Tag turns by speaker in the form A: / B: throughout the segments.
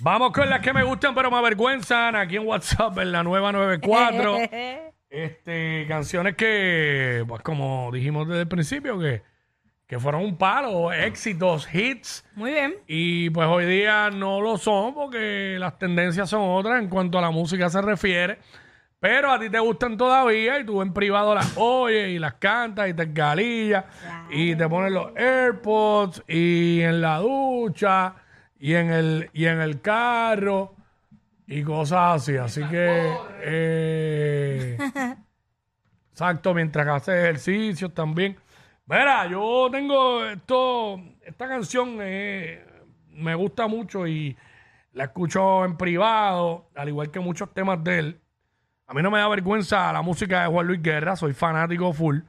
A: Vamos con las que me gustan pero me avergüenzan aquí en WhatsApp en la nueva 94. este, canciones que, pues como dijimos desde el principio, que, que fueron un palo, éxitos, hits.
B: Muy bien.
A: Y pues hoy día no lo son porque las tendencias son otras en cuanto a la música se refiere. Pero a ti te gustan todavía y tú en privado las oyes y las cantas y te galillas y te pones los AirPods y en la ducha y en el, y en el carro y cosas así. Así que... eh, Exacto, mientras haces ejercicios también. Mira, yo tengo esto, esta canción eh, me gusta mucho y la escucho en privado, al igual que muchos temas de él. A mí no me da vergüenza la música de Juan Luis Guerra, soy fanático full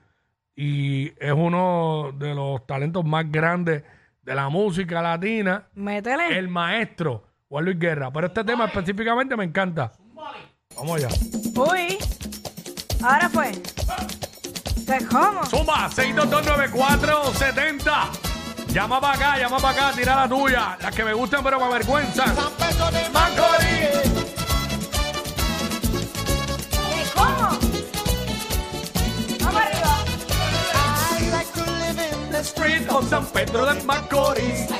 A: y es uno de los talentos más grandes de la música latina,
B: Métele.
A: el maestro Juan Luis Guerra. Pero este tema específicamente me encanta. Vamos allá.
B: Uy. Ahora fue. ¿Se cómo?
A: Zumba, 6229470. Llama para acá, llama para acá, tira la tuya. Las que me gustan pero me avergüenzan.
B: ¿Se cómo? Vamos arriba.
A: Street of San Pedro de Macorís.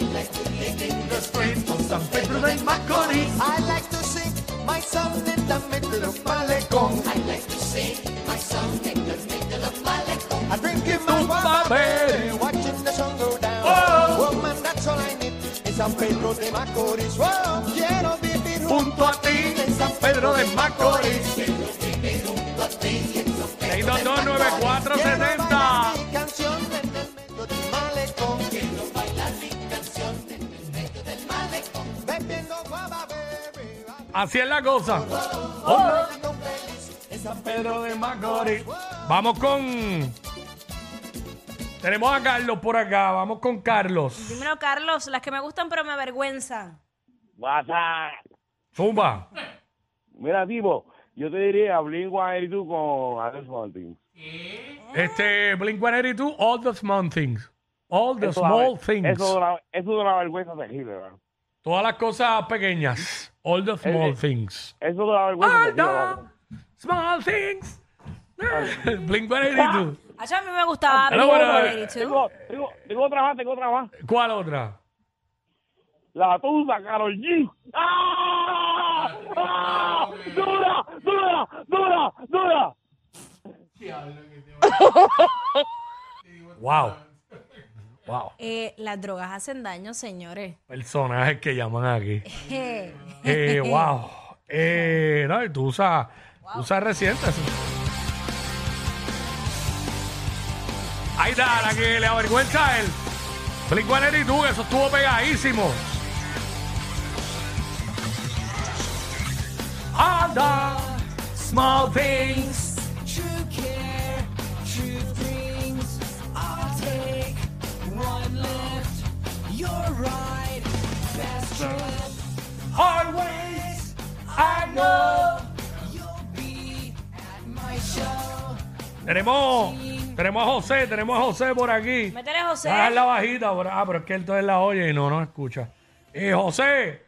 A: Street of San Pedro de Macorís.
C: I like to sing my song in the middle of Malecón. I like to sing my song in the middle of Malecón. I drink in my
A: Zumba, baby.
C: water, watching the sun go down.
A: Oh.
C: Oh, man, that's all I need. En San Pedro de Macorís. Oh, quiero vivir junto
A: Junto a ti,
C: en San Pedro de Macorís.
A: 6229470.
C: Mi canción en el medio del Malecón. Quiero bailar mi canción en el medio del Malecón. Bebiendo guava, baby.
A: Así es la cosa. Hola. En San Pedro de Macorís. Vamos con. Tenemos a Carlos por acá. Vamos con Carlos.
B: Dímelo, Carlos. Las que me gustan pero me avergüenzan.
D: Pasa.
A: Zumba.
D: Mira, tipo, yo te diría Blink 182 con Alex Mountain.
A: Este, Blink-182, All the Small Things. All the Small Things.
D: Eso, da una- eso da una vergüenza terrible, ¿verdad?
A: Todas las cosas pequeñas. All the Small Things.
D: Eso da una vergüenza
A: All
D: terrible.
A: the
D: ¿verdad?
A: Small Things. Blink-182.
B: Acho, Ah, a mí me gustaba.
A: Pero bueno,
B: Blink-182.
D: Tengo, tengo, tengo otra más, tengo otra más.
A: ¿Cuál otra?
D: La tusa, Carol G. ¡Ah! ¡Ah! ¡Dura, dura, dura, dura!
A: Wow. Wow.
B: Eh, las drogas hacen daño, señores.
A: Personajes que llaman aquí.
B: Eh,
A: Eh, wow. Eh, no, y tú usas usa recientes. Ahí está, la que le avergüenza a él. Blink y tú, eso estuvo pegadísimo. Anda, small things. Always, I know. Tenemos, tenemos a José, tenemos a José por aquí.
B: Métele, José.
A: Ah, la bajita. por- Ah, pero es que él todavía la oye y no nos escucha. Eh, José,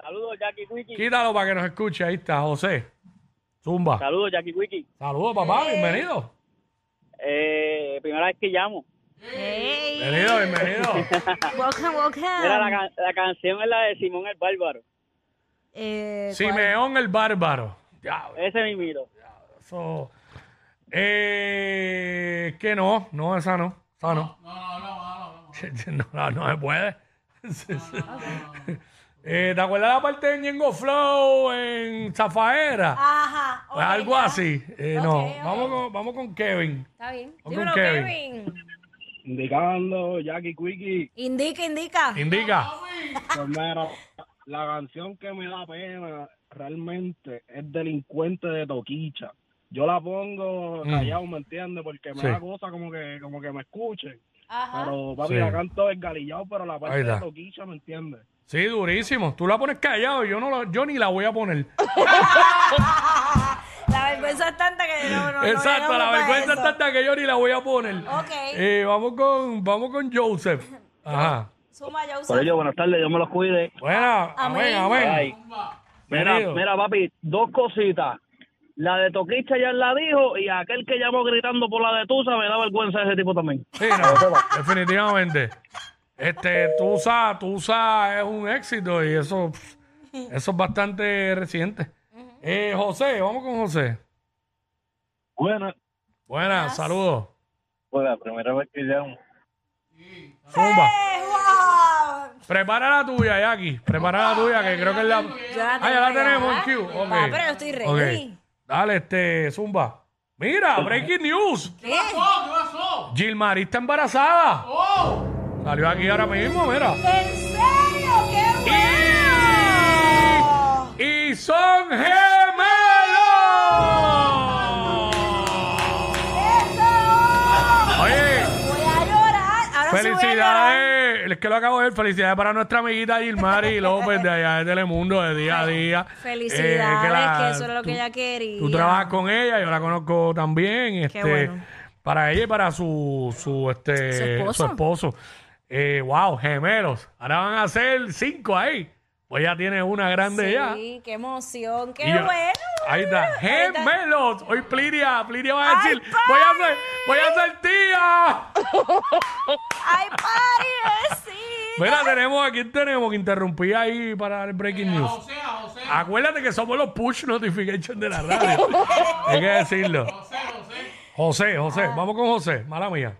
D: Saludos, Jackie Wiki.
A: quítalo para que nos escuche. Ahí está, José. Zumba.
D: Saludos, Jackie Wiki.
A: Saludos, papá. Bienvenido.
D: Eh, primera vez que llamo.
B: Hey.
A: Bienvenido, bienvenido.
B: Welcome, welcome.
D: canción es la de Simón el Bárbaro.
B: Eh, ¿cuál?
A: Simeón el Bárbaro. Diablo,
D: Ese mismito.
A: eso. Eh, que no, no, esa no. Esa no. No, no, no, no se puede. Eh, ¿Te acuerdas la parte de Ñengo Flow en Zafaera?
B: Ajá.
A: Pues
B: Ah, ok,
A: algo
B: ya.
A: así. Eh,
B: Ok,
A: no,
B: ok.
A: Vamos, con, vamos con Kevin.
B: Está bien.
A: Vamos
B: Dímelo,
A: con Kevin.
B: Kevin.
E: Indicando, Jackie Quickie,
B: Indica, indica.
A: Indica.
E: pues mira, la canción que me da pena realmente es delincuente de toquicha. Yo la pongo
A: Mm.
E: callado, ¿me entiendes? Porque me
A: Sí. Ah.
E: da cosa como que, como que me escuchen.
B: Ajá.
E: Pero papi,
A: Sí.
E: la canto desgalillado, pero la
A: Ahí
E: parte
A: está.
E: de toquicha, ¿me entiendes?
A: Sí, durísimo. Tú la pones callado, yo no la- yo ni la voy a poner.
B: La vergüenza es tanta que no, no, no
A: Exacto,
B: llegamos
A: la
B: pa'
A: vergüenza es
B: eso.
A: tanta que yo ni la voy a poner.
B: Ok.
A: Eh, vamos con, vamos con Joseph. Ajá.
B: Suma, ya usa.
F: Por ello, buenas tardes, Dios me los cuide.
A: Buena, amén,
B: Amén.
A: amén.
F: Ay, mira,
A: Bienvenido.
F: mira, papi, dos cositas. La de Toquicha ya la dijo y aquel que llamó gritando por la de Tusa me da vergüenza ese tipo también.
A: Sí, no, definitivamente. Este, Tusa, Tusa es un éxito y eso, pff, eso es bastante reciente. Eh, José, vamos con José.
E: Bueno,
A: Buenas, saludos.
E: pues la primera vez que llamo.
A: Zumba.
B: ¡Eh, guau!
A: Prepara la tuya, Jackie. Prepara la tuya, que creo que es la.
B: Yo la
A: Ah, ya la
B: tengo
A: tenemos en
B: ya.
A: queue. Ok.
B: Ah, pero yo estoy ready.
A: Ok. Dale, este, Zumba. Mira, breaking news.
B: ¿Qué? Oh.
A: Gilmarí está embarazada. Salió aquí ahora mismo, mira.
B: ¿En serio? ¡Qué
A: Y,
B: bueno!
A: y son gemelos.
B: ¡Eso!
A: Oye,
B: Voy a llorar. Ahora sí voy a llorar.
A: felicidades. Es que lo acabo de ver. Felicidades para nuestra amiguita Gilmari López de allá de Telemundo de día a día.
B: Felicidades,
A: Eh, la-
B: que eso era lo que
A: tú-
B: ella quería.
A: Tú trabajas con ella, yo la conozco también. Este,
B: bueno.
A: Para ella y para su, su, este,
B: Su esposo.
A: esposo. Eh, wow, gemelos. Ahora van a ser cinco ahí. Pues ya tiene una grande ya.
B: Sí, qué emoción, qué
A: Y ya-
B: bueno.
A: Ahí está.
B: está.
A: Gemelos. Hoy Pliria, Pliria va a
B: ¡Ay,
A: decir, voy a ser, voy a ser tía.
B: ¡Ay, pari, sí!
A: Mira, tenemos, ¿a quién tenemos que interrumpí ahí para el breaking news? Acuérdate que somos los push notification de la radio. Hay que decirlo. José, José. José,
B: Ah.
A: vamos con José. Mala mía.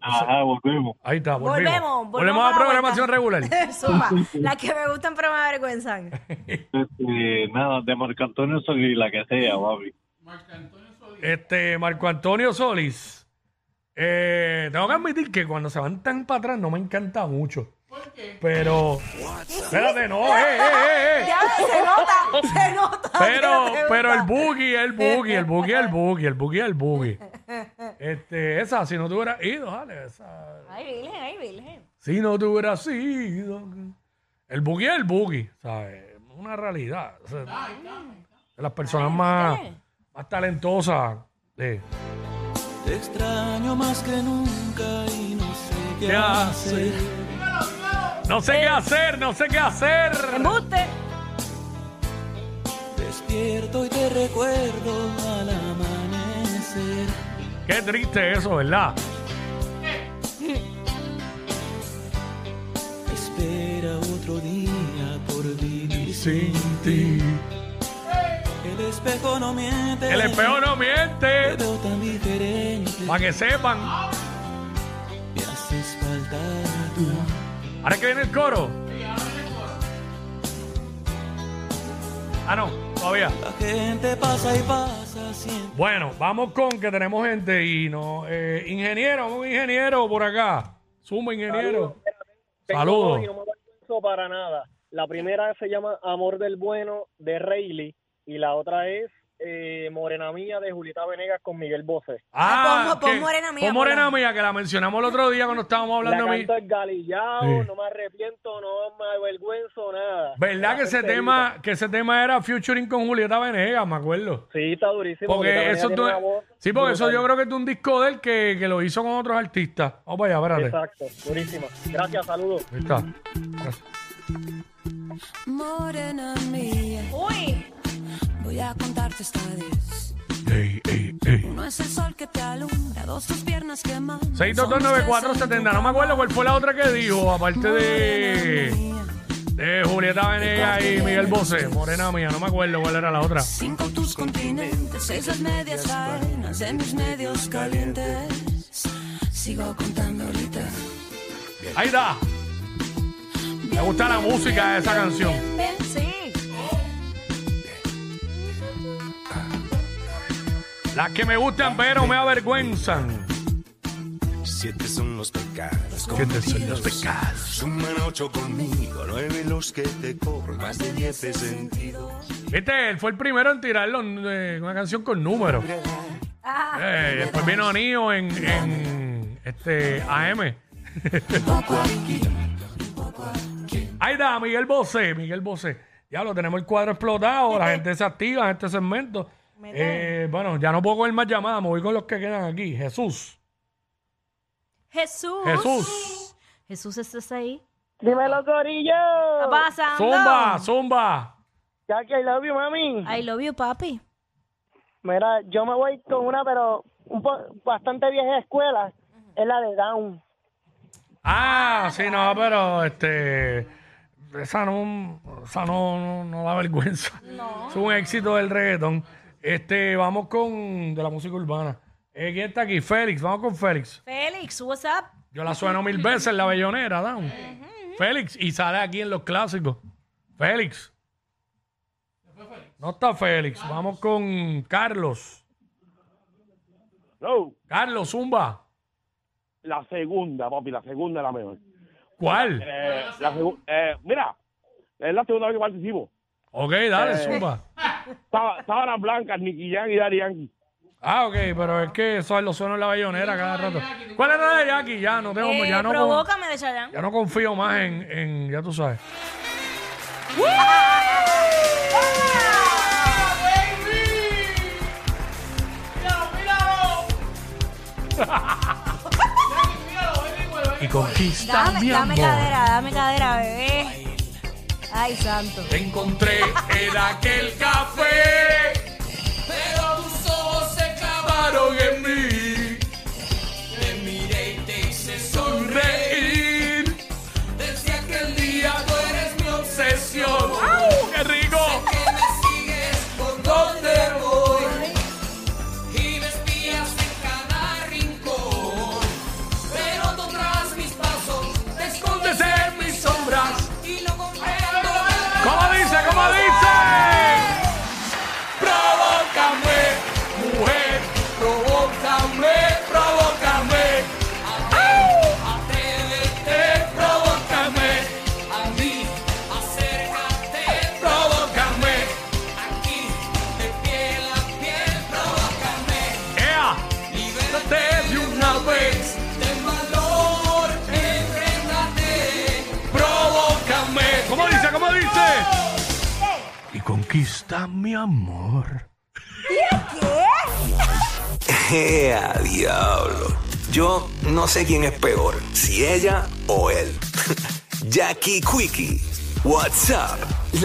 E: Ajá, volvemos.
A: Ahí está, volvimos.
B: Volvemos, volvemos
A: a
B: a la
A: programación regular.
B: Zumba, las que me gustan pero me avergüenzan.
E: Este, nada, de Marco Antonio soy la que sea, papi.
A: Este, Marco Antonio Solís. Eh, tengo que admitir que cuando se van tan para atrás no me encanta mucho. ¿Por qué? Pero. Espérate, no, eh, eh, eh, eh.
B: Ya se nota, se nota. que
A: Pero,
B: no te
A: pero el
B: gusta.
A: boogie, el boogie, el boogie, el boogie, el boogie, el boogie. Este, esa, si no te hubieras ido, dale, esa.
B: Ay, virgen, ay, virgen.
A: Si no te hubieras ido. El boogie es el boogie, ¿sabes? Una realidad. O sea, de las personas más, más talentosas. eh.
C: Te extraño más que nunca y no sé
A: ¿Qué hacer? No sé qué hacer, no sé qué hacer.
B: ¡Embuste!
C: Despierto y te recuerdo al amanecer.
A: Qué triste eso, ¿verdad?
C: Espera otro día por vivir
A: Sin ti.
C: El espejo no miente.
A: El espejo no
C: Te
A: miente.
C: veo tan diferente.
A: Para que sepan.
C: Me haces falta tú.
A: Ahora es que viene el coro. Ah, no, todavía.
C: La gente pasa y pasa siempre.
A: Bueno, vamos con que tenemos gente y no. eh, ingeniero, vamos con ingeniero por acá. Suma, ingeniero. Saludos.
G: Saludos. no me avergüenzo para nada. La primera se llama Amor del Bueno de Rayleigh y la otra es eh, Morena Mía de Julieta Venegas con Miguel Bosé.
B: Ah, pon- pon Morena Mía,
A: pon Morena
B: Morena.
A: Mía, que la mencionamos el otro día cuando estábamos
G: La
A: hablando de mí.
G: canto es galillao,
A: Sí.
G: no me arrepiento, no me avergüenzo, nada. Este
A: ¿Verdad que ese,
G: Gente
A: tema, que ese tema era featuring con Julieta Venegas, me acuerdo?
G: linda. Sí, está durísimo.
A: Porque
G: Julieta
A: eso,
G: Venegas
A: tú-
G: tiene una voz
A: sí, porque eso
G: brutal.
A: yo creo que es de un disco de él que, que lo hizo con otros artistas. Vamos para allá, espérate.
G: Exacto, durísima. Gracias, saludos.
A: Ahí está.
H: Morena mía,
B: ¡Uy!
H: voy a contarte hasta 10.
A: Ey, ey, ey.
H: Uno es el sol que te alumbra, dos tus piernas queman.
A: 6229470. No me acuerdo cuál fue la otra que dijo, aparte de, de Julieta Venegas y Miguel Bosé. Morena mía, no me acuerdo cuál era la otra.
H: Cinco tus continentes, seis las medias vainas de mis medios calientes. Sigo contando ahorita.
A: Ahí está. Me gusta la música de esa canción.
B: Sí.
A: Las que me gustan pero me avergüenzan.
C: Siete son los pecados cometidos. Suman ocho conmigo, nueve los que te corro, más de diez de sentido.
A: Viste, él fue el primero en tirar los- eh, una canción con números.
B: Ah,
A: Eh, después vino Nio en, en, este AM. Ahí está, Miguel Bosé, Miguel Bosé. Ya lo tenemos el cuadro explotado, la gente se activa en este segmento. Eh, bueno, ya no puedo coger más llamadas, me voy con los que quedan aquí. Jesús,
I: Jesús.
A: Jesús,
I: Jesús, ¿estás ahí?
F: Dímelo, Corillo.
I: ¿Qué pasa?
A: Oh. Zumba, Zumba.
F: Ya que I love you, mami.
I: I love you, papi.
F: Mira, yo me voy con una, pero un po- bastante vieja escuela. Es la de Down.
A: Ah, sí, no, pero este. Esa no, esa no, no, no da vergüenza. Es un éxito del reggaetón. Este, vamos con. de la música urbana. Eh, ¿Quién está aquí? Félix, vamos con Félix.
I: Félix, what's up?
A: Yo la sueno mil veces, la bellonera, down. Félix, y sale aquí en los clásicos. Félix. No está Félix, vamos con Carlos.
D: No,
A: Carlos, Zumba.
D: la segunda, papi, la segunda es la mejor.
A: ¿Cuál?
D: Eh, la segu- eh, mira, es la segunda vez que participo.
A: Ok, dale, Zumba.
D: Sá- Sábanas Blancas, Nicky Jam y Daddy Yankee.
A: Ah, ok, pero es que eso lo suena en la bayonera cada rato. ¿Cuál era la de Jackie? Ya no tengo,
I: Eh,
A: ya no, con-
I: provócame de Chayanne.
A: ya no confío más en, en- ya tú sabes. Y conquista
B: Dame,
A: mi
B: dame
A: amor.
B: cadera, dame cadera, bebé. Ay, santo.
A: Te encontré en aquel café, pero tus ojos se clavaron en mí. Te miré y te hice sonreír. Desde aquel día tú eres mi obsesión. ¡Au, ¡Qué rico! que me sigues por donde voy y me espías en cada rincón. Pero tú tras mis pasos te escondes en mis sombras. ¿Cómo dice? ¿Cómo dice? Provócame, mujer, provócame, provócame. Atrévete, provócame. A mí, acércate, provócame. Aquí, de piel a piel, provócame. ¡Ea! Libérate de una vez. Ten valor, enfréntate. Provócame. ¿Cómo dice? ¿Cómo dice? y conquista mi amor.
C: ¡Ea, diablo! Yo no sé quién es peor, si ella o él. Jackie Quickie, WhatsApp.